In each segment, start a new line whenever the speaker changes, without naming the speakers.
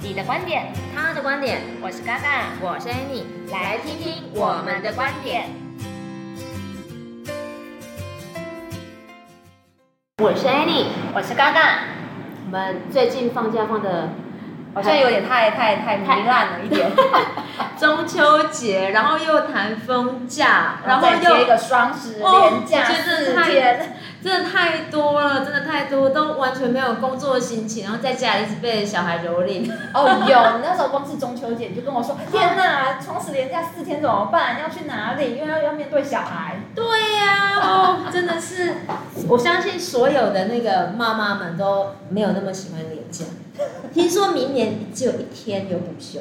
你的观点，
他的观点，
我是嘎嘎，
我是 Annie，
来听听我们的观点。
我是 Annie。
我是嘎嘎，
我们最近放假放的
好像有点太太太
太
糜烂了一点，
中秋节，然后又谈风假，然后
再接一
又
个双十
哦
连假
真的
四
太
天，
真的太多了，真的太多，都完全没有工作的心情，然后在家里一直被小孩蹂躏。
哦有，你那时候光是中秋节你就跟 我说，天哪，双十连假四天怎么办？要去哪里？因为要要面对小孩。
对呀、哦，真的是，我相信所有的那个妈妈们都没有那么喜欢年假。听说明年只有一天有补休，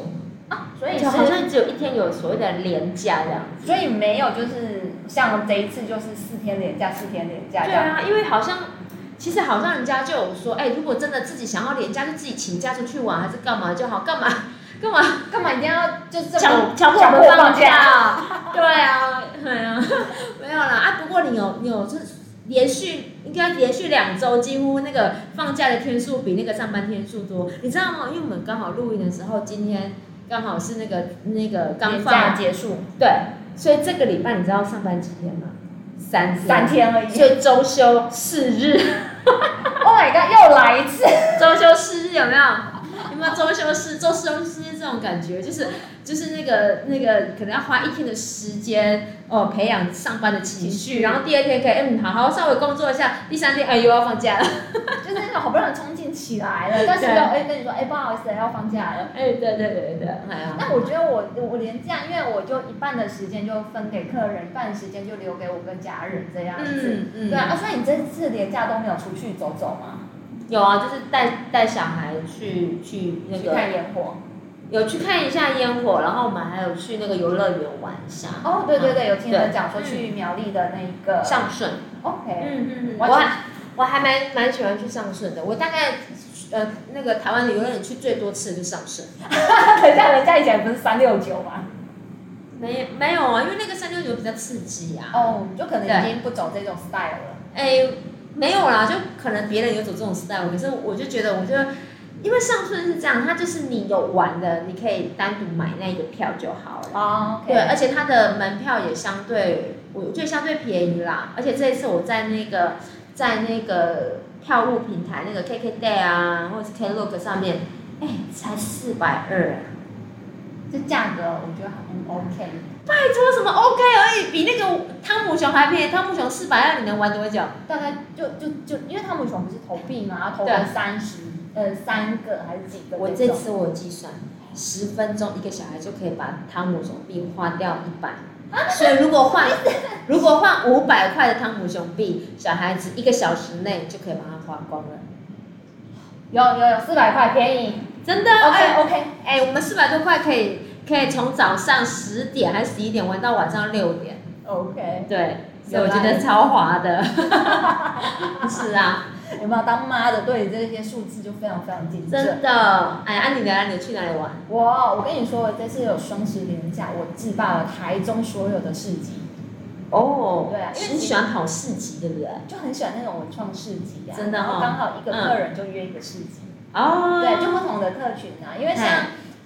哦所以
就好
是，
像只有一天有所谓的年假这样。
所以没有就是像这一次就是四天连假，四天连假这
对
样。
啊，因为好像其实好像人家就有说，哎、如果真的自己想要连假，就自己请假出去玩还是干嘛就好，干嘛 干嘛
干嘛一定要就是这么
强强迫我
强迫
们
放
放假？对啊，对啊，没有啦啊！不过你有你有就是连续应该连续两周，几乎那个放假的天数比那个上班天数多，你知道吗？因为我们刚好录音的时候，今天刚好是那个那个刚
连假
放
结束
对，所以这个礼拜你知道上班几天吗？三天
三天而已。
所以周休四日，
Oh my god，又来一次。
周休四日有没有？有没有周休四周休四日这种感觉？就是就是那个那个可能要花一天的时间哦，培养上班的情绪，然后第二天可以嗯好好稍微工作一下，第三天哎又要放假了，
就是那种好不容易冲劲起来了，但是
对
要哎跟你说哎不好意思要放假了。
哎对对对对，哎呀，
那我觉得我我连这样，因为我就一半的时间就分给客人，一半的时间就留给我跟家人这样子。
嗯嗯，
对啊，啊所以你这次连假都没有出去走走吗？
有啊，就是带带小孩去去那
去
个
看烟火。
有去看一下烟火，然后我们还有去那个游乐园玩一下，
哦，对对对，有听人
嗯对嗯
讲说去苗栗的那一个。
上顺。
OK。
嗯嗯嗯，我
完全
还我还蛮蛮喜欢去上顺的，我大概呃那个台湾的游乐园去最多次的就是上顺。
等一下，人家以前不是三六九吗？
没没有啊，因为那个三六九比较刺激啊。
哦，就可能已
对
经不走这种 style 了。
哎、没有啦，就可能别人有走这种 style，可是我就觉得我就。因为上顺是这样，它就是你有玩的，你可以单独买那个票就好了。
哦
对，而且它的门票也相对，我觉得相对便宜啦。而且这一次我在那个在那个票务平台那个 KKday 啊，或者是 Klook 上面，哎、才四百二，啊
这价格我觉得很 OK。
拜托哎什么 OK 而已，比那个汤姆熊还便宜。汤姆熊四百二，你能玩多久？
大概就就就，因为汤姆熊不是投币嘛，投
对
了三十呃三个还是几个
我
种？
这次我有计算，十分钟一个小孩就可以把汤姆熊币花掉一百。所以如果换如果换五百块的汤姆熊币，小孩子一个小时内就可以把它花光了。
有有有四百块便宜
真的
，OK
哎
OK，
哎，我们四百多块可以可以从早上十点还是十一点玩到晚上六点，
OK，
对，所
有
以我觉
啦
得超划 的。是啊，
有没有当妈的对这些数字就非常非常谨慎
真。的。哎，安、妮呢？你去哪里玩？
我我跟你说，我这次有双十连假，我制霸了台中所有的市集，
哦
对啊因为
你喜欢跑市集，对不对？
就很喜欢那种文创市集啊。
真的哦
然后刚好一个客人就约一个市集，
哦，
对，就不同的客群啊，因为像
嗨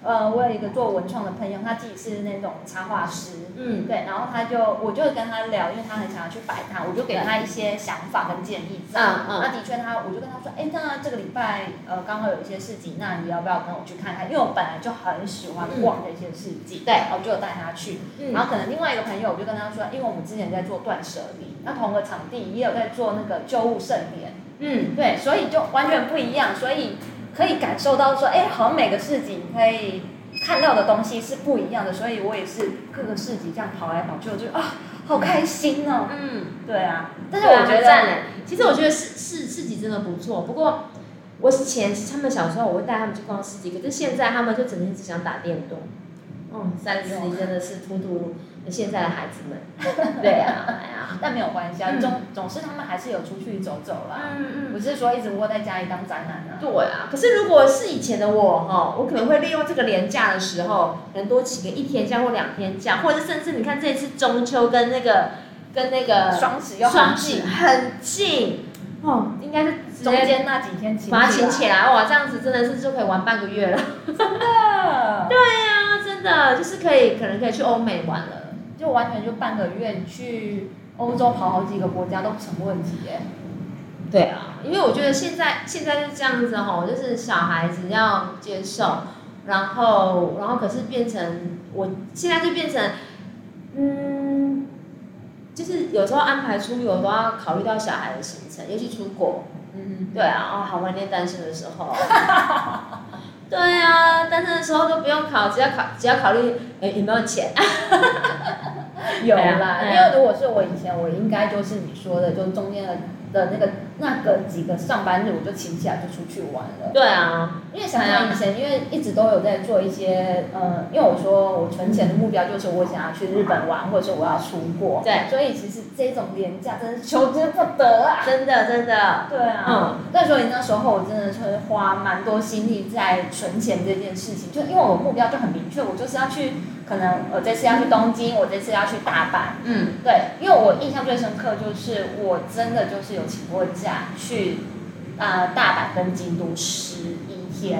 呃，我有一个做文创的朋友，他自己是那种插画师，
嗯，
对，然后他就我就跟他聊，因为他很想要去摆摊，我就给他一些想法跟建议。这样
嗯嗯
那的确他，我就跟他说，哎，那这个礼拜呃刚好有一些市集，那你要不要跟我去看看？因为我本来就很喜欢逛这些市集，对，我就有带他去。
嗯
然后可能另外一个朋友，我就跟他说，因为我们之前在做断舍离，那同个场地也有在做那个旧物盛典，
嗯，
对，所以就完全不一样，所以可以感受到说，哎，好像每个市集你可以看到的东西是不一样的，所以我也是各个市集这样跑来跑去，我就啊，好开心哦。
嗯，
对啊，欸但
但
是
是
我
我
觉
觉
得，
得，其实我觉得市市市集真的不错。不过我以前他们小时候，我会带他们去逛市集，可是现在他们就整天只想打电动。
哦
嗯，三
啊
十真的是荼毒现在的孩子们。 对啊，哎呀，
但没有关系啊，
嗯
总总是他们还是有出去走走啦，
嗯
不是说一直窝在家里当宅男啊。
对啊，可是如果是以前的我哈，我可能会利用这个年假的时候，可能多请个一天假或两天假，或者是甚至你看这一次中秋跟那个跟那个
双十又
双
很
十
近，
很近哦，应该是直
中
接
间那几天啊请
把它
假
请起来哇，这样子真的是就可以玩半个月了。
对，
对啊，真的就是可以，可能可以去欧美玩了。
就完全就半个月你去欧洲跑好几个国家都不成问题耶。
对啊，因为我觉得现在现在是这样子吼，就是小孩子要接受，然后然后可是变成我现在就变成，嗯，就是有时候安排出游都要考虑到小孩的行程，尤其出国。
嗯，
对啊，哦，好怀念单身的时候。 对啊，单身的时候都不用考，只要考只要考虑呃有没有钱。
有
对
啦，
啊
因为如果是我以前，我应该就是你说的，就中间的的那个那个几个上班日，我就请假就出去玩了。
对啊，
因为想想以前，因为一直都有在做一些，呃，因为我说我存钱的目标就是我想要去日本玩，或者说我要出国，
对，
所以其实这种廉价真是求之不得啊。
真的真的，
对啊，
嗯。
那所以那时候我真的是花蛮多心力在存钱这件事情，就因为我目标就很明确，我就是要去，可能呃我这次要去东京，我这次要去大阪。
嗯，
对，因为我印象最深刻就是我真的就是有请过假去，呃，大阪跟京都十一天，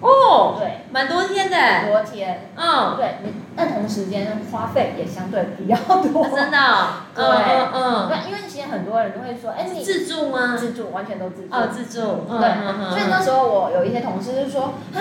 哦，
对，
蛮多天的，
很多天，
嗯，
对，你但同时间花费也相对比较多。
真的哦，
对
嗯嗯
那因为其实很多人都会说，哎，
嗯，
你
自助吗？
自助完全都自助，
哦，自助，嗯
对
嗯嗯
所以那时候我有一些同事就说啊，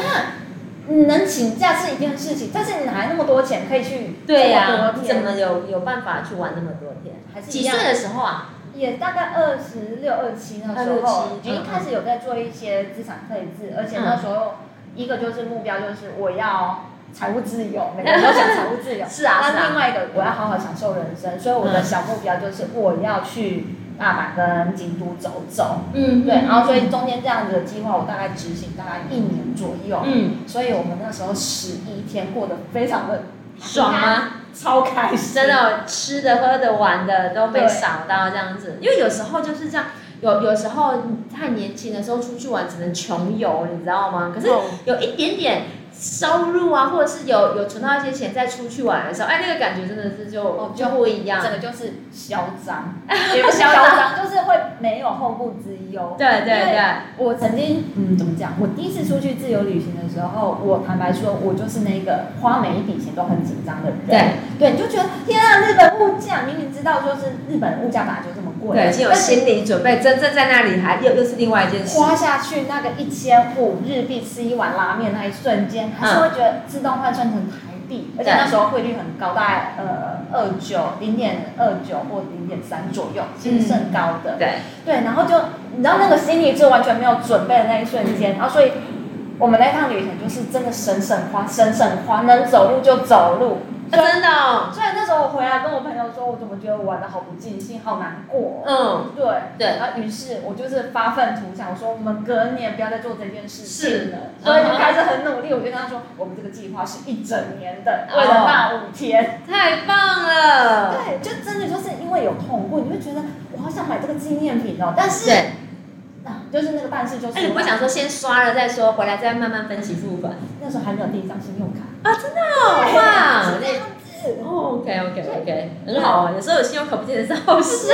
你能请假是一件事情，但是你哪来那么多钱可以去
对
这
呀
么，多
你怎
天？
么有有办法去玩那么多天？
还是一
几
样
岁的时候啊？
也大概二十六、二七那时候，
27
已经开始有在做一些资产配置，而且
嗯。
那时候一个就是目标就是我要财务自由，每个人都想财务自由
是啊，是
那另
啊，
外一个我要好好享受人生，所以我的
嗯
小目标就是我要去大阪跟京都走走。
嗯
对，然后所以中间这样子的计划，我大概执行大概一年左右。
嗯，
所以我们那时候十一天过得非常的
爽吗？
超开心，
真的哦，吃的、喝的、玩的都被
对
少到这样子，因为有时候就是这样。有有时候太年轻的时候出去玩只能穷游，你知道吗？可是有一点点收入啊，或者是有有存到一些钱再出去玩的时候，哎，那个感觉真的是就、
哦
就不一样。
整个就是嚣 张，
也
不嚣张，就是会没有后顾之忧。
对对
因
对，
我曾经，嗯，怎么讲？我第一次出去自由旅行的时候，我坦白说，我就是那个花每一笔钱都很紧张的人。
对
对，你就觉得天啊，日本物价明明知道就是日本物价本来就这么贵，
对，已经有
但是
心理准备，真正在那里还又又是另外一件事。
花下去那个一千五日币吃一碗拉面那一瞬间，还是会觉得自动换算成台币，
嗯
而且那时候汇率很高，大概呃二九零点二九或零点三左右，其实是很高的。
嗯对，
对，然后就你知道那个心理是完全没有准备的那一瞬间，然后所以我们那趟旅程就是真的省省花，省省花，能走路就走路。
啊真的哦，
所以那时候我回来跟我朋友说，我怎么觉得我玩的好不尽兴，好难过哦、
嗯，
对，
对，
然后于是我就是发愤图强，我说我们隔年不要再做这件事情了，
是
所以
嗯
就
哼
开始很努力。我就跟他说，我们这个计划是一整年的，
哦
为了那五天。
太棒了。
对，就真的就是因为有痛过，你会觉得我好想买这个纪念品哦，但是
对，
啊，就是那个办事就是，
哎，你不想说先刷了再说，回来再慢慢分期付款？
那时候还没有第一张信用卡，
哦，哇，
这
那
样子。
哦，OK OK OK，很好啊。有时候有信用卡不见得是好事。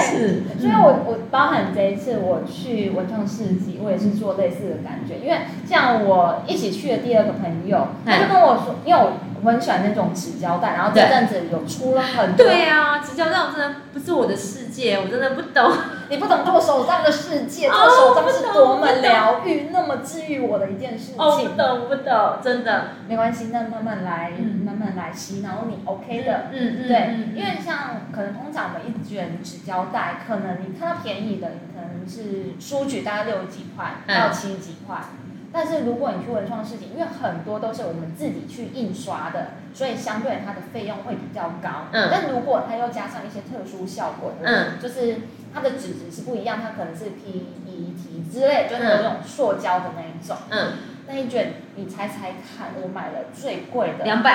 是，
所以我我包含这一次我去文创市集，我也是做类似的感觉，因为像我一起去的第二个朋友，
嗯
他就跟我说，因为我很喜欢那种纸胶带，然后这
对
阵子有出了很多，
对啊，直销那种真的不是我的世界，我真的不懂。
你不懂做手账的世界，
哦
做手账
我不
是
懂
多
我
么
不懂
疗愈，那么治愈我的一件事情。
哦，不懂，我不懂，真的。
没关系，那慢慢来，
嗯
慢慢来洗脑你，OK 的。
嗯嗯，
对
嗯，
因为像可能通常我们一卷纸胶带，可能你看到便宜的，可能是书局大概六几块
嗯
到七几块，但是如果你去文创市集，因为很多都是我们自己去印刷的，所以相对它的费用会比较高。
嗯
但如果它又加上一些特殊效果的，
嗯
就是它的纸质是不一样，它可能是 PET 之类，就是有那种塑胶的那一种。
嗯，
那一卷你猜猜看，我买了最贵的，
两百、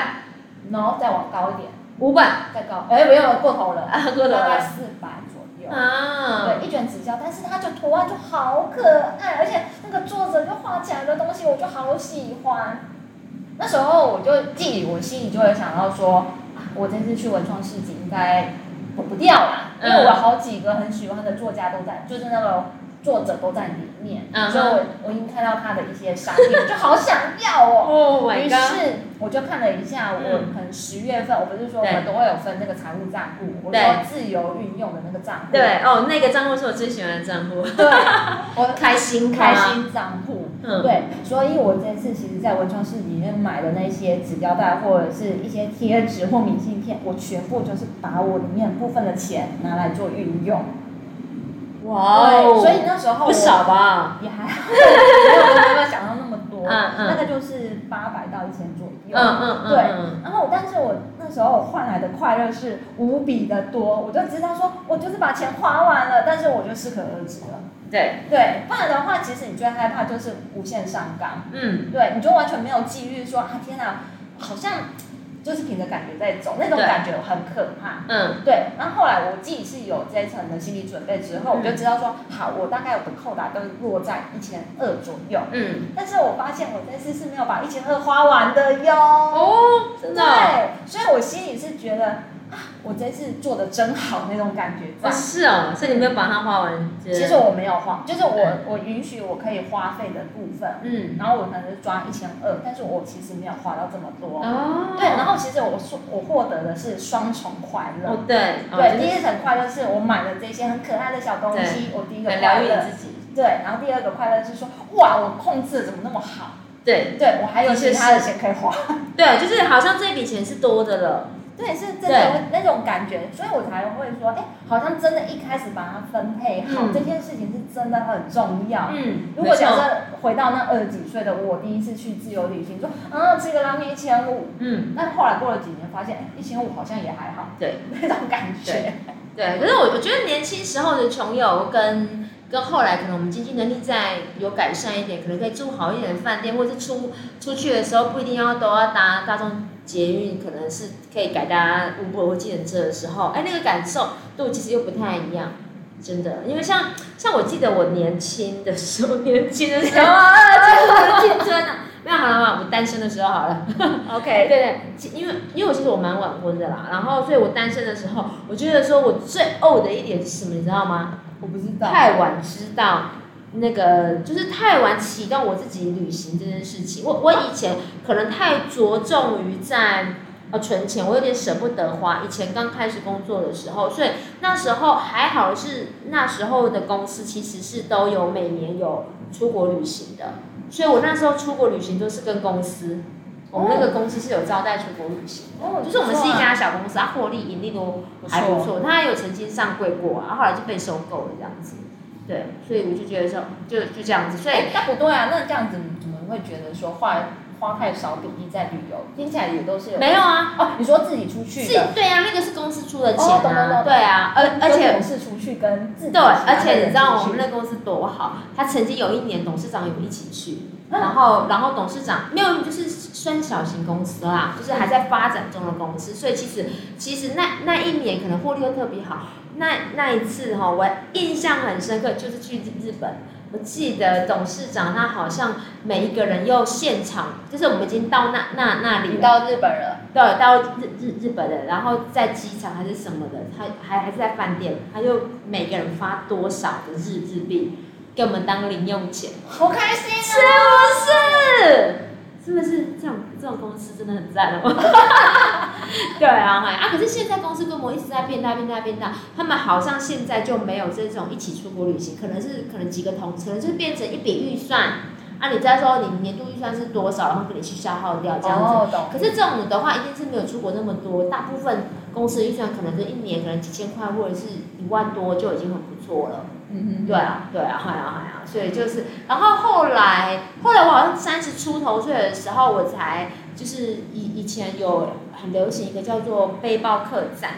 然后再往高一点，
五百
再高，哎，没有过头了，
啊，过头
大概
了
四百左右。
啊，
对，一卷纸胶，但是它就图案就好可爱，而且那个作者就画起来的东西，我就好喜欢。那时候我就自己，我心里就会想到说，啊，我这次去文创市集应该躲不掉啦，
嗯
因为我有好几个很喜欢的作家都在，就是那个作者都在里面，
嗯
所以我我已经看到他的一些商品，我就好想要哦。
，Oh
于
my god，
是我就看了一下，我
嗯
可能十月份，我不是说我们都会有分那个财务账户，我
对
说自由运用的那个账户，
对，哦，那个账户是我最喜欢的账户，
对，我
开心
开
花，
心账户。
嗯，
对，所以我这次其实，在文创市里面买的那些纸胶带或者是一些贴纸或明信片，我全部就是把我里面部分的钱拿来做运用。
哇
对
哦，
所以那时候我
不少吧？
也还好，没有没有没有想到那么多，
嗯嗯
大概就是八百到一千左右。
嗯嗯嗯，
对
嗯，
然后，但是我那时候换来的快乐是无比的多，我就知道说，我就是把钱花完了，但是我就适可而止了。
对，
对，不然的话，其实你最害怕就是无限上纲，
嗯，
对，你就完全没有纪律说，啊天哪，好像就是凭着感觉在走，那种
对
感觉很可怕。
嗯，
对，然后后来我自己是有这一层的心理准备之后，
嗯
我就知道说，好，我大概我的扣打都落在一千二左右，
嗯，
但是我发现我这次是没有把一千二花完的哟。
哦，真的哦，
对，所以我心里是觉得啊，我这次做的真好那种感觉在。
哦是哦，所以你没有把它花完，其
其实，我没有花，就是我我允许我可以花费的部分，
嗯，
然后我可能就抓一千二，但是我其实没有花到这么多。
哦，
对，然后其实我说我获得的是双重快乐。
哦，对，哦
对，第，一层快乐是我买了这些很可爱的小东西，我第一
真
个
的
快
疗愈
乐。
你自己，
对，然后第二个快乐是说，哇，我控制的怎么那么好？
对
对我还有
的确
其他的
是
钱可以花。
对，就是好像这笔钱是多的了，
对，是真
对
的会那种感觉，所以我才会说，哎，好像真的一开始把它分配好，
嗯
这件事情是真的很重要。
嗯，
如果
没错
假设回到那二十几岁的我，第一次去自由旅行，说啊这个拉面一千五，
嗯。
但后来过了几年，发现哎一千五好像也还好，
对
那种感觉
对。对，可是我我觉得年轻时候的穷游跟跟后来可能我们经济能力再有改善一点，可能可以住好一点的饭店，或者是出出去的时候不一定要都要搭大众捷运，可能是可以改搭 Uber 或计程车的时候，哎，那个感受度其实又不太一样，真的，因为像像我记得我年轻的时候， 年 轻的时候，啊，这个青春啊，没有好了好了，我单身的时候好了。对
OK，
对对，因为因为我其实我蛮晚婚的啦，然后所以我单身的时候，我觉得说我最怄的一点是什么，你知道吗？
我不知道。
太晚知道那个，就是太晚启动我自己旅行这件事情。我我以前可能太着重于在呃存钱，我有点舍不得花。以前刚开始工作的时候，所以那时候还好是那时候的公司其实是都有每年有出国旅行的，所以我那时候出国旅行都是跟公司。我们那个公司是有招待出国旅行，
哦
就是我们是一家小公司，啊它获利盈利都啊还不错，它有曾经上柜过啊，后来就被收购了这样子。对，所以我就觉得说，就就这样子，所以
哎，那不对啊，那这样子你怎么会觉得说花花太少比例在旅游？听起来也都是有
没有啊，
哦，你说自己出
是
去的，
对啊，那个是公司出的钱
哦懂懂
啊，
懂
对啊，而而且
跟同事出去跟自己
对，而且你知道我
喜欢的人出去
们那公司多好，他曾经有一年董事长有一起去，然后然后董事长没有就是算小型公司啦，就是还在发展中的公司，所以其实其实那那一年可能获利又特别好。那那一次哈、我印象很深刻，就是去日本。我记得董事长他好像每一个人又现场，就是我们已经到那那那里
你
了，
到日本了，
对，到日日日本的，然后在机场还是什么的，他还还是在饭店，他就每个人发多少的日日币给我们当零用钱，
好开心啊！
是不是？真的是这种这种公司真的很赞哦。对啊，哎啊，可是现在公司规模一直在变大变大变大，他们好像现在就没有这种一起出国旅行，可能是可能几个同，可能就变成一笔预算，啊，你再说你年度预算是多少，然后给你去消耗掉这样子。
哦，懂。
可是这种的话，一定是没有出国那么多，大部分公司预算可能是一年可能几千块或者是一万多就已经很不错了。
嗯
对啊，对啊，哎呀，哎呀，所以就是，然后后来，后来我好像三十出头岁的时候，我才就是以以前有很流行一个叫做背包客栈，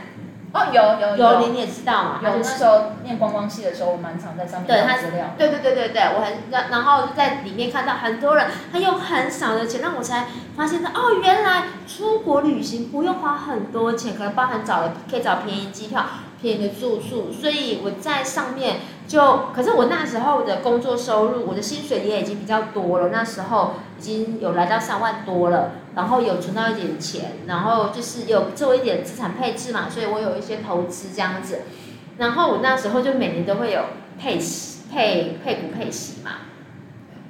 哦，有有
有
有
您也知道嘛，它
有，
就
那
是
时候念观光系的时候，我蛮常在上面
对
找
它
资料。
对对对对对，我很然然后就在里面看到很多人，他用很少的钱，让我才发现到哦，原来出国旅行不用花很多钱，可能包含找了可以找便宜机票、便宜的住宿，所以我在上面就，可是我那时候的工作收入，我的薪水也已经比较多了，那时候已经有来到三万多了，然后有存到一点钱，然后就是有做一点资产配置嘛，所以我有一些投资这样子，然后我那时候就每年都会有。配息配配股配息嘛。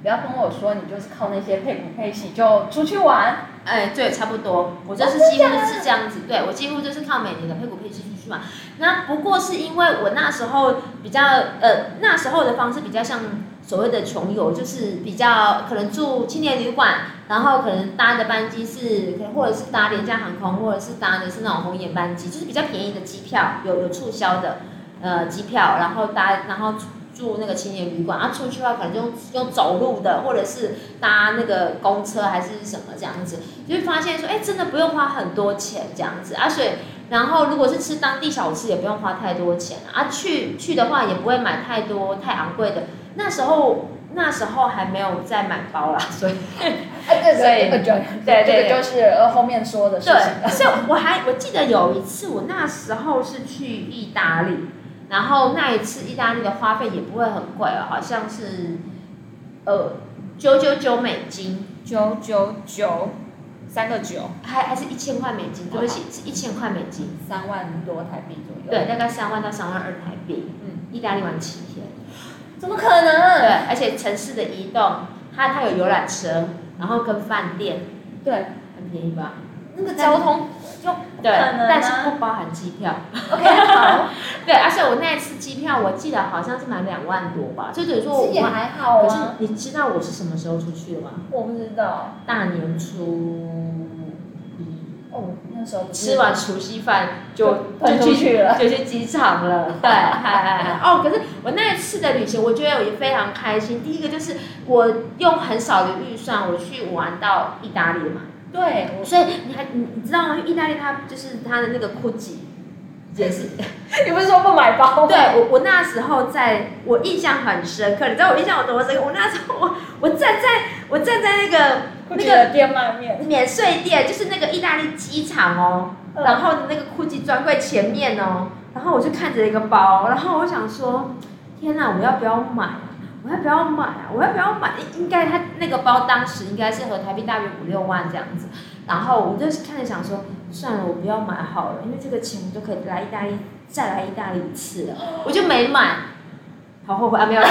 不要跟我说你就是靠那些配股配息就出去玩，
哎，对，差不多，我就是几乎是这样子，对我几乎就是靠每年的配股配息出去嘛。那不过是因为我那时候比较，呃，那时候的方式比较像所谓的穷游，就是比较可能住青年旅馆，然后可能搭的班机是，可能或者是搭廉价航空，或者是搭的是那种红眼班机，就是比较便宜的机票，有有促销的，呃，机票，然后搭，然后住住那个青年旅馆，啊，出去的话可能就用用走路的，或者是搭那个公车还是什么这样子，就会发现说，哎、真的不用花很多钱这样子啊，所以然后如果是吃当地小吃，也不用花太多钱啊，去去的话也不会买太多太昂贵的，那时候那时候还没有再买包啦， 所以
哎，对
所
对，这
以
个就
对对
这个就是呃后面说的事情。
对，所以我还我记得有一次，我那时候是去意大利，然后那一次意大利的花费也不会很贵哦，好像是呃九九九美金，
九九九，三个九，
还还是一千块美金，对不起，是一千块美金，
三万多台币左右。
对，，大概三万到三万二台币。
嗯，
意大利玩七天，
怎么可能？
对，而且城市的移动，它它有游览车，然后跟饭店，
对，
很便宜吧？
那个交通就
对，
可能啊
但是不包含机票。
OK 好，
对，而且我那一次机票，我记得好像是买两万多吧，就等于说
其
我
实也
花
还好
可是
啊。
你知道我是什么时候出去的吗？
我不知道，
大年初一，
哦，那时候不是
吃完除夕饭就
喷出去了，
就去机场了。对，嗨哦，可是我那一次的旅行，我觉得我也非常开心。第一个就是我用很少的预算，我去玩到意大利嘛，
对，我
所以你还你你知道吗？意大利它就是它的那个 Gucci 也是
你不是说不买包吗？
对我，我那时候在，我印象很深刻。你知道我印象有多深刻？我那时候我我站在我站在那个
我觉得店外面，
免税店，就是那个意大利机场哦，然后那个 GUCCI 专柜前面哦，然后我就看着一个包，然后我想说，天哪，我要不要买啊？我要不要买啊？我要不要买？应应该它那个包当时应该是合台币大约五六万这样子，然后我就看着想说，算了，我不要买好了，因为这个钱我就可以来意大利再来意大利一次了，我就没买，好后悔啊！没有，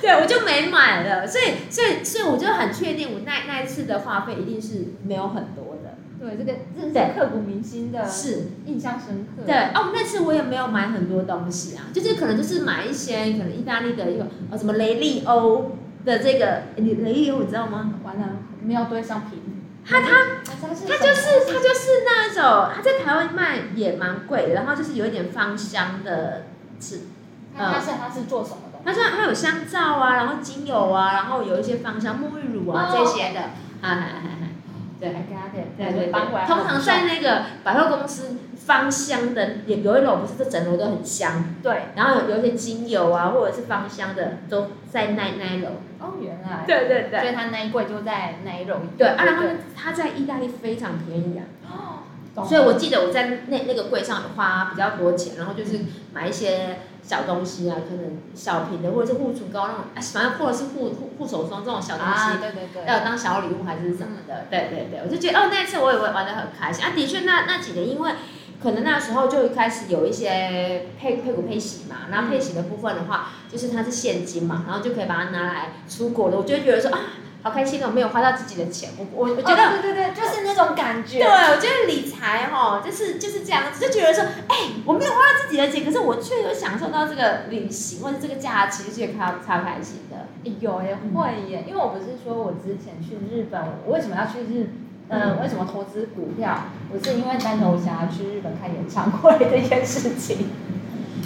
对，我就没买了，所以所以所以我就很确定，我那那一次的花费一定是没有很多的，
对这个真
对
是刻骨铭心的，
是
印象深刻。
对，哦，那次我也没有买很多东西啊，就是可能就是买一些可能意大利的一个哦什么雷利欧的这个，你雷利欧你知道吗？
完了，没有对上屏。
它
他他是
它就是它就是那一种，它在台湾卖也蛮贵的，然后就是有一点芳香的是
他他是他是做什么东西？
它像它有香皂啊，然后精油啊，然后有一些芳香、沐浴乳啊、
哦
这些的，哎嗨嗨嗨嗨，对
还给他点
对对
搬回来
对，
很
通常
重
在那个百货公司芳香的有有一楼不是这整楼都很香，
对
然后有有一些精油啊或者是芳香的都在那那一楼，
哦，原来
对对
所以他那一柜就在那一楼。
对啊，然后它在意大利非常便宜啊，
哦懂
所以我记得我在那那个柜上有花比较多钱，然后就是买一些小东西啊，可能小瓶的或者是护唇膏那种，哎反正或者是护护护手霜这种小东西。
啊，对对对，
要当小礼物还是什么
嗯
的，对对对，我就觉得哦，那一次我也玩玩的很开心啊。的确那，那几年因为可能那时候就开始有一些配配股配息嘛，然后配息的部分的话，就是它是现金嘛，然后就可以把它拿来出国了，我就觉得说啊，好开心哦，没有花到自己的钱，我我我
我
觉得、
哦对对对，就是那种感觉。
对，我觉得理财哈、就是就是这样子，就觉得说，哎、我没有花到自己的钱，可是我却有享受到这个旅行或者这个假期，就觉得超超开心的。嗯
有也会耶，因为我不是说我之前去日本，我为什么要去日
嗯
呃，为什么投资股票？我是因为单头侠去日本看演唱会这件事 情。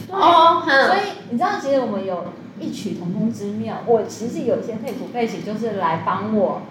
哦，
所
嗯，
以你知道，其实我们有异曲同工之妙。我其实有一些配股背景，就是来帮我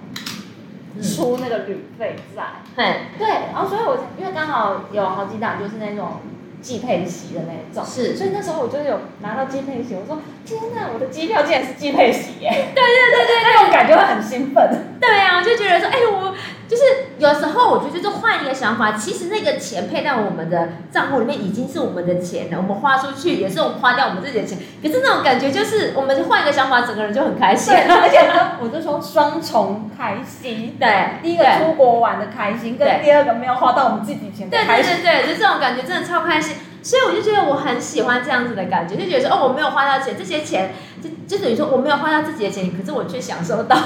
嗯
出那个旅费在。
嘿，
对，然后所以我才因为刚好有好几档就是那种季配席的那种，
是
所以那时候我就有拿到季配席，我说天哪，我的机票竟然是季配席耶！对对对对，那种感觉会很兴奋。
对啊，我就觉得说，哎、我就是有时候我觉得就换一个想法，其实那个钱配到我们的账户里面已经是我们的钱了，我们花出去也是我们花掉我们自己的钱，可是那种感觉就是我们换一个想法，整个人就很开心
对，。而且呢，我就说双重开心。
对，
第一个
对
出国玩的开心，跟
对
第二个没有花到我们自己钱的
对
开
对
心。
对对，就这种感觉真的超开心，所以我就觉得我很喜欢这样子的感觉，就觉得说哦，我没有花到钱，这些钱就就等于说我没有花到自己的钱，可是我却享受到。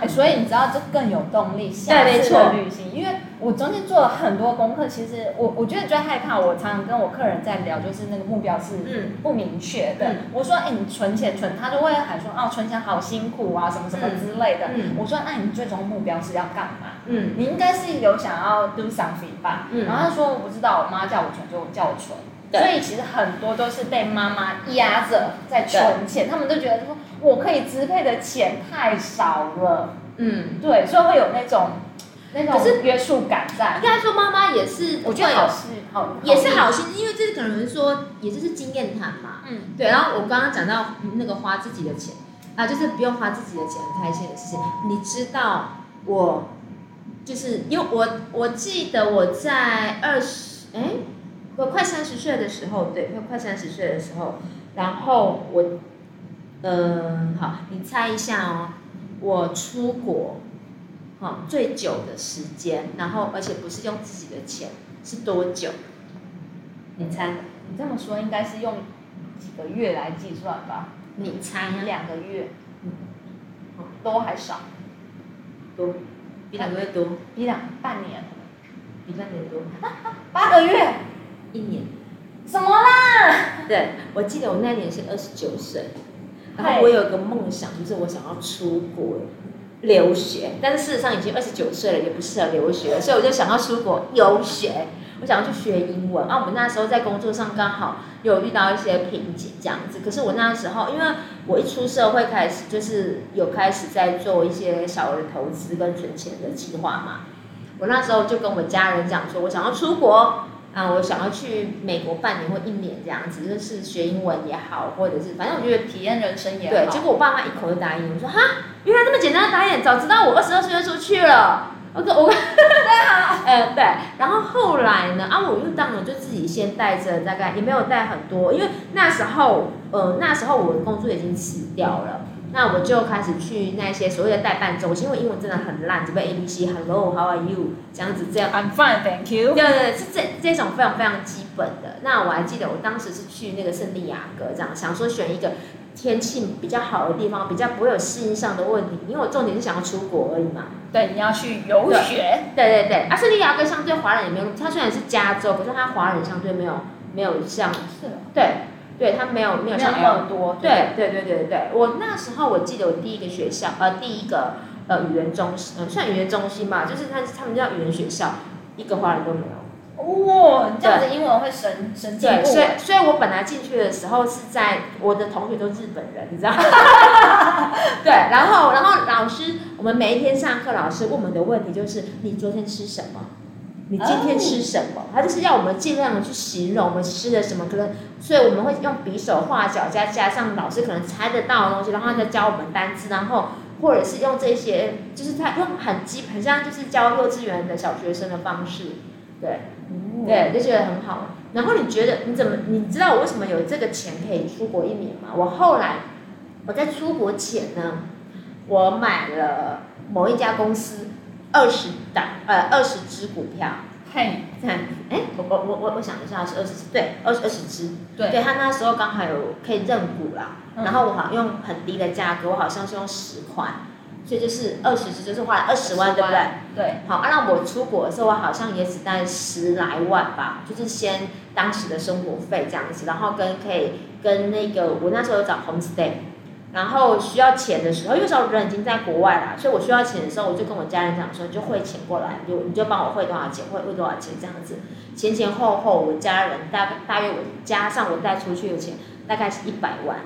哎，所以你知道这更有动力下
对没
次
错
的旅行，因为我中间做了很多功课。其实我我觉得最害怕，我常常跟我客人在聊，就是那个目标是
嗯，
不明确的。
嗯
我说，哎、你存钱存，他就会喊说，哦，存钱好辛苦啊，什么什么之类的。
嗯嗯
我说，那、你最终目标是要干嘛？
嗯，
你应该是有想要 do something 吧？
嗯
然后他说，我不知道，我妈叫我存，就叫我存。
对
所以其实很多都是被妈妈压着在存钱，他们都觉得说我可以支配的钱太少了，
嗯，
对，所以会有那种那种
可是
约束感在
应。该说妈妈也是，
我觉得
会有
好是好，
也是好心，因为这可能说也就是经验谈嘛。
嗯，
对，然后我刚刚讲到那个花自己的钱啊，就是不用花自己的钱，很开心的事情。你知道我就是因为我我记得我在二十哎，我快三十岁的时候，对，我快三十岁的时候，然后我嗯、好，你猜一下哦，我出国好、最久的时间，然后而且不是用自己的钱是多久？你猜，
你这么说应该是用几个月来计算吧？
你猜啊？
两个月
嗯，
都还少，
多，比两个月多，
比两半年
比半年多，
八个月，
一年。
怎么啦？
对，我记得我那年是二十九岁，然
嗨
后我有个梦想，就是我想要出国留学，但是事实上已经二十九岁了，也不适合留学，所以我就想要出国游学。我想要去学英文，啊，我们那时候在工作上刚好有遇到一些瓶颈这样子。可是我那时候，因为我一出社会开始，就是有开始在做一些小额的投资跟存钱的计划嘛。我那时候就跟我家人讲说，我想要出国，啊，我想要去美国半年或一年这样子，就是学英文也好，或者是反正我觉得
体验人生也
对，
好
结果我爸妈一口就答应，我说哈，原来这么简单的答应，早知道我二十二岁就出去了。我跟我跟 呃对，然后后来呢，啊，我又当然就自己先带着，大概也没有带很多，因为那时候呃那时候我的工作已经辞掉了。那我就开始去那些所谓的代办中心，因为我英文真的很烂，只会 A B C Hello How are you 这样子这样
I'm fine, thank you。
对对，对是这这种非常非常基本的。那我还记得我当时是去那个圣地亚哥，这样想说选一个天气比较好的地方，比较不会有适应上的问题，因为我重点是想要出国而已嘛。
对，你要去游学，
对对对，啊，圣地亚哥相对华人也没有，它虽然是加州，可是它华人相对没有没有像
是哦
对对，它没有没
没
有
有
像
那
L
么多。
对对对对对，我那时候我记得我第一个学校，呃，第一个呃语言中心，呃，算语言中心吧，就是他他们叫语言学校，一个华人都没有。
哇，你这样子英文会神神啊进
对，
步
所以所以我本来进去的时候是在我的同学都日本人，你知道吗？ 对，然后然后老师，我们每一天上课，老师问我们的问题就是你昨天吃什么？你今天吃什么他就是要我们尽量的去形容我们吃的什么，可能所以我们会用比手画脚，加加上老师可能猜得到的东西，然后他再教我们单词，然后或者是用这些，就是他用很基很像就是教幼稚园的小学生的方式，对，
嗯
对，就觉得很好。然后你觉得你怎么？你知道我为什么有这个钱可以出国一年吗？我后来我在出国前呢，我买了某一家公司二十档呃二十只股票，
嘿，
看，哎，我我我我我想一下是二十只，对，二二十只，对
对，
他那时候刚好有可以认股啦，
嗯
然后我好像用很低的价格，我好像是用十块，所以就是二十只，就是花了二十万，对不对？
对，
好，啊那我出国的时候，我好像也只带十来万吧，就是先当时的生活费这样子，然后跟可以跟那个我那时候有找 homestay，然后需要钱的时候，因为那时候人已经在国外啦，所以我需要钱的时候，我就跟我家人讲说，你就汇钱过来，你就你就帮我汇多少钱，汇汇多少钱这样子，前前后后我家人大大约我加上我带出去的钱，大概是一百万，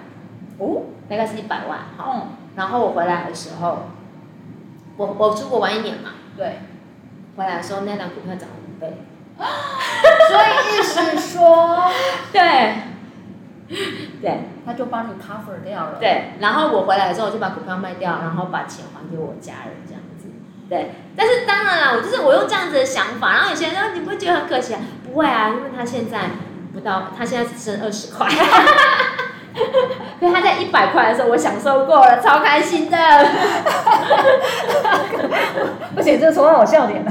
哦，
大概是一百万，好，
嗯，
然后我回来的时候，我我出国玩一年嘛，
对，
回来的时候那张股票涨了五倍，
所以意思说，
对， 对，
他就帮你 cover 掉了，，
对，然后我回来的时候我就把股票卖掉，然后把钱还给我家人这样子。对，但是当然啦，我就是我用这样子的想法，然后有些人说你不会觉得很可惜啊？不会啊，因为他现在不到，他现在只剩二十块，所以他在一百块的时候我享受过了，超开 心的。哎
不行，这说到我笑点 了，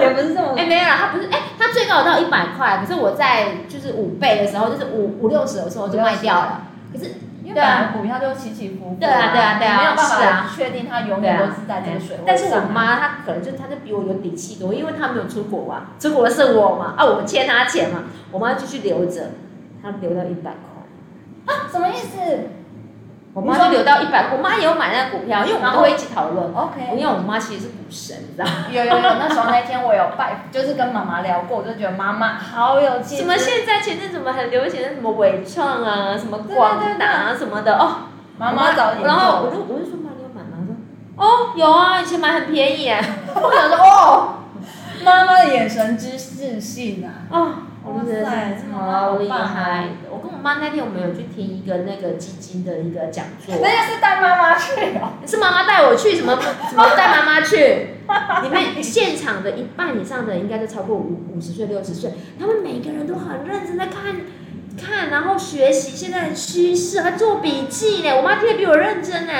也不是这么
哎、没有啦，他不是，哎、他最高有到一百块，可是我在就是五倍的时候，就是五五六十的时候我就卖掉了。可是
因为本来股票就起起伏伏，
对啊对啊对啊
没有办
是啊
法确定它永远都是在这个水位
但是我
上啊
妈她可能就她就比我有底气多，因为她没有出国啊，出国的是我嘛，啊，我欠她钱嘛，我妈继续留着，她留到一百块，
什么意思
我妈就留到一百，我妈也有买那个股票，因为我们都会一起讨
哎
论，因
？OK，
为我妈其实是股神，你知道吗？
有有有，那时候那天我有拜，就是跟妈妈聊过，我就觉得妈妈好有气质
什么现在前阵子怎么很流行的什么伟创啊，什么
对对
光达啊什么的哦，
妈妈早点
然后我
做
就我就说妈你有买吗？她说哦有啊，以前买很便宜哎，
我想说哦，妈妈的眼神之自信啊，
哦，我就觉得
哇塞
是超厉
真的好棒
害。我跟我妈那天我们有去听一个那个基金的一个讲座，
那就是带妈妈去哦，
是妈妈带我去，什么什么带妈妈去，里面现场的一半以上的应该都超过五五十岁六十岁，他们每个人都很认真在看。看，然后学习现在的趋势，还做笔记呢。我妈听得比我认真呢，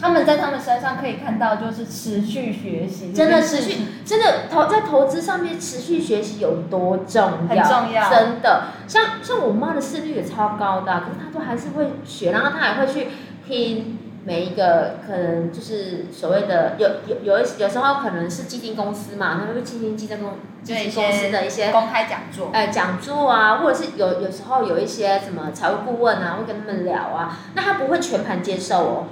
他们在他们身上可以看到就是持续学习，
真的持续，真的投在投资上面持续学习有多重
很
要？
重要，
真的，像像我妈的视力也超高的啊，可是她都还是会学，然后她还会去听每一个可能就是所谓的有有有一有时候可能是基金公司嘛，她会去听基金公基
就一
金
些
公司的一些
公开讲座，
呃讲座啊，或者是有有时候有一些什么财务顾问啊，会跟他们聊啊，那她不会全盘接受哦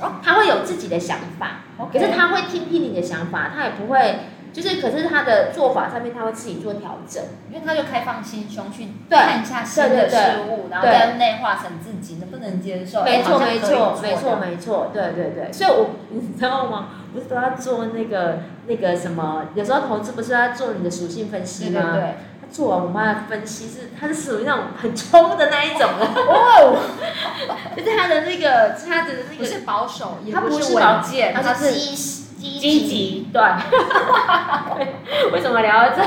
哦，
她会有自己的想法，可是他会听听你的想法，他也不会就是，可是他的做法上面他会自己做调整。
因为他就开放心胸去
对
看一下新
对对
的
对
事物，然后
对
再内化成自己能不能接受，
没错，
哎
没错，没。
好像可以
错，
做的
没错，对对对。所以我你知道吗？不是都要做那个那个什么？有时候投资不是要做你的属性分析
对
吗？
对对，
他做完我妈的分析是，他是属于那种很冲的那一 种的，
哦，
就是他的那个是他的那
不
个，
是保守，也
他不
是
是保
稳健，
他
他
是
是
积积
积
极，对。 为什么聊到这？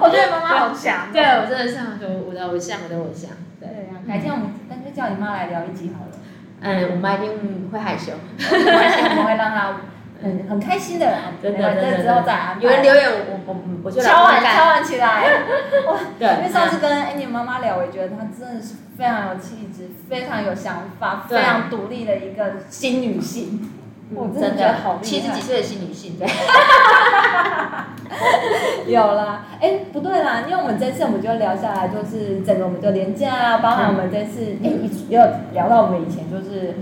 我觉得妈妈好强。哦
对我真的是很多我的偶像，我的偶像，对。
对呀，改天我们干脆叫你妈来聊一集好 了，
嗯，我妈一定会害羞。
没关系，我们会让她很很开心的，
真的
没关系
真的
这之后再安排。
有人留言，我我我就来
敲
看
碗敲
看。
碗起来，
对，
因为上次跟 Annie 妈妈聊，我也觉得她真的是非常有气质，非常有想法，
对
非常独立的一个新女性。我
嗯
真的觉得好厉害
七十几岁的新女性，对，
有啦，哎、不对啦，因为我们这次我们就聊下来，就是整个我们就廉价啊，包含我们这次哎、也有聊到我们以前就是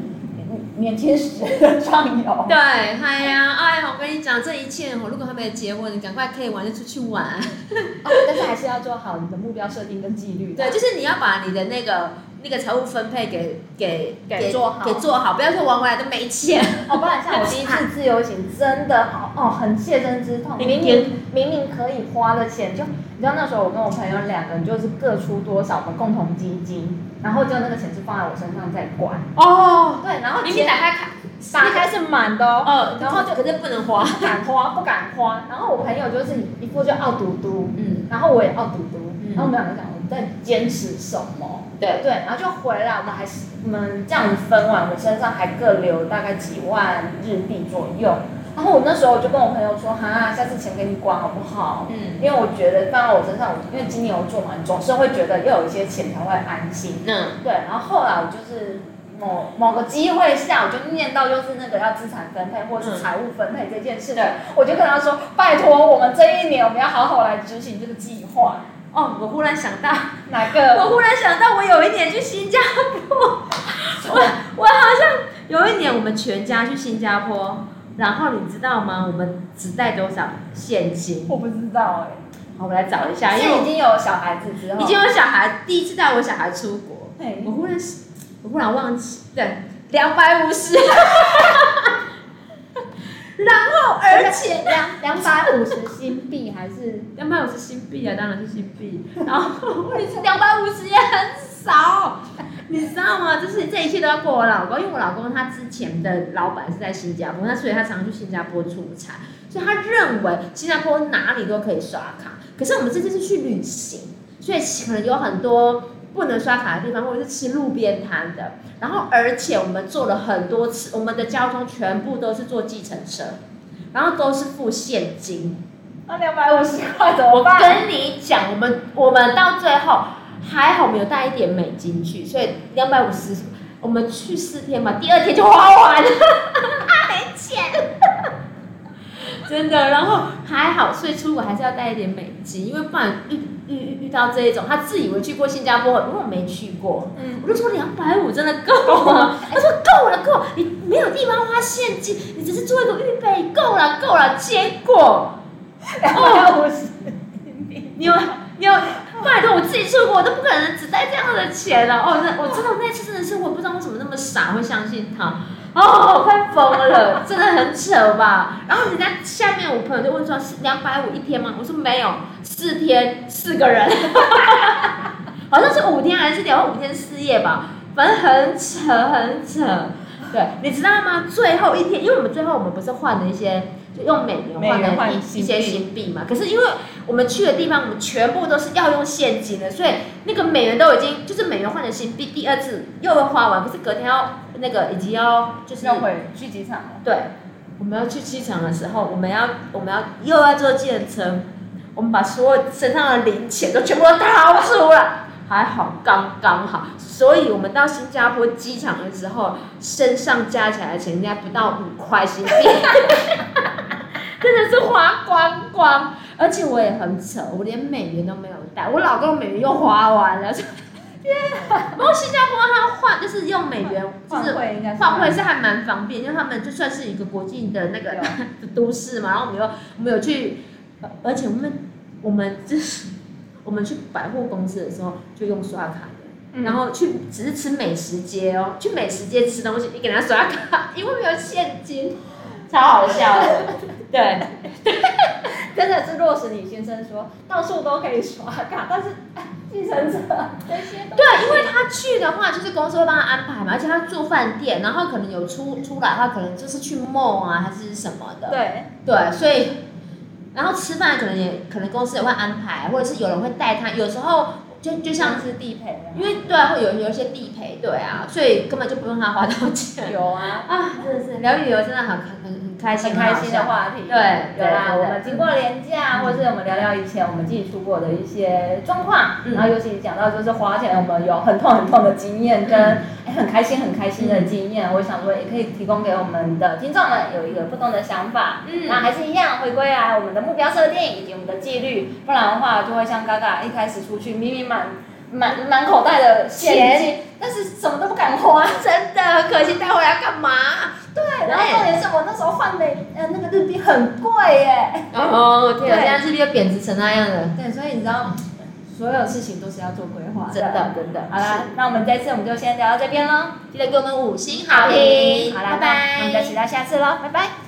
年轻时的 畅游，
对，哎呀，哎呀，我跟你讲，这一切哦，如果还没有结婚，你赶快可以玩就出去玩。
嗯
但是还是要做好你的目标设定跟纪律啦。
对，就是你要把你的那个那个财务分配给给
给做好
给做好，不要说玩回来都没钱。
哦，不然像我第一次自由行真的好哦，很切身之痛。
明
明
天
明明明可以花的钱，就你知道那时候我跟我朋友两个人就是各出多少的共同基金，然后就那个钱是放在我身上在管。
哦，
对，然后
明明
结
打开看，
打开是满的哦。
哦，然
然
后
后
就
就
可是不能花。
不敢花，不敢花。然后我朋友就是一副就傲嘟嘟，
嗯，
然后我也傲嘟嘟，
嗯
然后我们两个讲我们在坚持什么？
对
对，然后就回来，我们还是我们这样分完，我身上还各留大概几万日币左右。然后我那时候我就跟我朋友说，哈，下次钱给你管好不好？
嗯
因为我觉得放到我身上，我因为金牛座嘛，你总是会觉得要有一些钱才会安心。
嗯，
对，然后后来我就是某某个机会下，我就念到就是那个要资产分配或是财务分配这件事情，
对
我就跟他说，拜托我们这一年我们要好好来执行这个计划。
哦，我忽然想到，
哪
嗯
个？
我忽然想到，我有一年去新加坡，我 我好像有一年我们全家去新加坡，然后你知道吗？我们只带多少现金？
我不知道
好，我来找一
哎、
下，因为
是已
我
经有小孩子之后，哎
已经有小孩，第一次带我小孩出国，
嘿
我忽然我忽然忘记，对，两百五十， 然后而且
两两百五十新币还是
两百五十新币啊，当然是新币。然后问题是两百五十也很少，你知道吗？就是这一切都要过我老公，因为我老公他之前的老板是在新加坡，那所以他常常去新加坡出差，所以他认为新加坡哪里都可以刷卡。可是我们这次是去旅行，所以可能有很多不能刷卡的地方，或者是吃路边摊的。然后而且我们坐了很多次，我们的交通全部都是坐计程车，然后都是付现金。
那两百五十块怎么
我
办？
跟你讲，我们我们到最后还好没有带一点美金去，所以两百五十，我们去四天嘛，第二天就花完了，没钱，真的。然后还好，所以出国还是要带一点美金，因为不然遇遇遇到这一种，他自以为去过新加坡，因为我没去过，
嗯，
我就说两百五真的够 吗？他说够了，够了，你没有地方花现金，你只是做一个预备，够了，够了。结果。
两百五十，
你有你有，拜托我自己出国，我都不可能只带这样的钱了、哦，那我真的那次真的是，我不知道我怎么那么傻，会相信他。哦，我快疯了， 真的很扯吧？然后人家下面我朋友就问说是两百五一天吗？我说没有，四天四个人， 好像是五天还是两万五天四夜吧，反正很扯很扯。对，你知道吗？最后一天，因为我们最后我们不是换了一些，就用美元
美元
换
换
了一
新
一些
币
新币嘛。可是因为我们去的地方，我们全部都是要用现金的，所以那个美元都已经就是美元换成新币，第二次又要花完，可是隔天要那个已经要就是
要回去机场了。
对，我们要去机场的时候，我们要我们要又要坐计程车，我们把所有身上的零钱都全部都掏出来，还好刚刚好，所以我们到新加坡机场的时候，身上加起来的钱应该不到五块新币，真的是花光光。而且我也很扯，我连美元都没有带，我老公美元又花完了。所以不过新加坡他换就是用美元，就
换
是
汇应该是
换汇是还蛮方便，因为他们就算是一个国际的那个都市嘛，然后我们又我们有去，呃而且我们我们就是 我们去百货公司的时候就用刷卡的，
嗯
然后去只是吃美食街哦，去美食街吃东西，你给他刷卡， 因为没有现金，超好笑的， 对。
真的是落实李先生说，到处都可以刷卡，但是哎计程车这些都
对，因为他去的话，就是公司会帮他安排嘛，而且他住饭店，然后可能有出出来的话，可能就是去 mall 啊，还是什么的。
对，
对，所以然后吃饭可能也可能公司也会安排，或者是有人会带他，有时候就就像
像是地陪啊
因为对啊，会有有一些地陪，对啊，所以根本就不用他花到钱。
有啊，
啊，真的是聊一聊，真的很很很开心，
很开心的话题。
对
有啦，
对对嗯
我们经过廉价，或者是我们聊聊以前我们自己出国的一些状况，
嗯
然后尤其讲到就是花钱，我们有很痛很痛的经验，跟哎很开心很开心的经验，我想说也可以提供给我们的听众们有一个不同的想法。
嗯
那还是一样回归啊来我们的目标设定以及我们的纪律，不然的话就会像嘎嘎一开始出去明明满满满口袋的现金，但是什么都不敢花。
真的很可惜，带回来干嘛？
对，然后重点是我那时候换的呃那个日币很贵耶。
哦天啊，
对
现在日币又贬值成那样了，
对，所以你知道，所有事情都是要做规划
真的。真的。
好啦，那我们这次我们就先聊到这边喽，
记得给我们五星好评，
好啦，那
拜拜。
我们再期待下次喽，拜拜。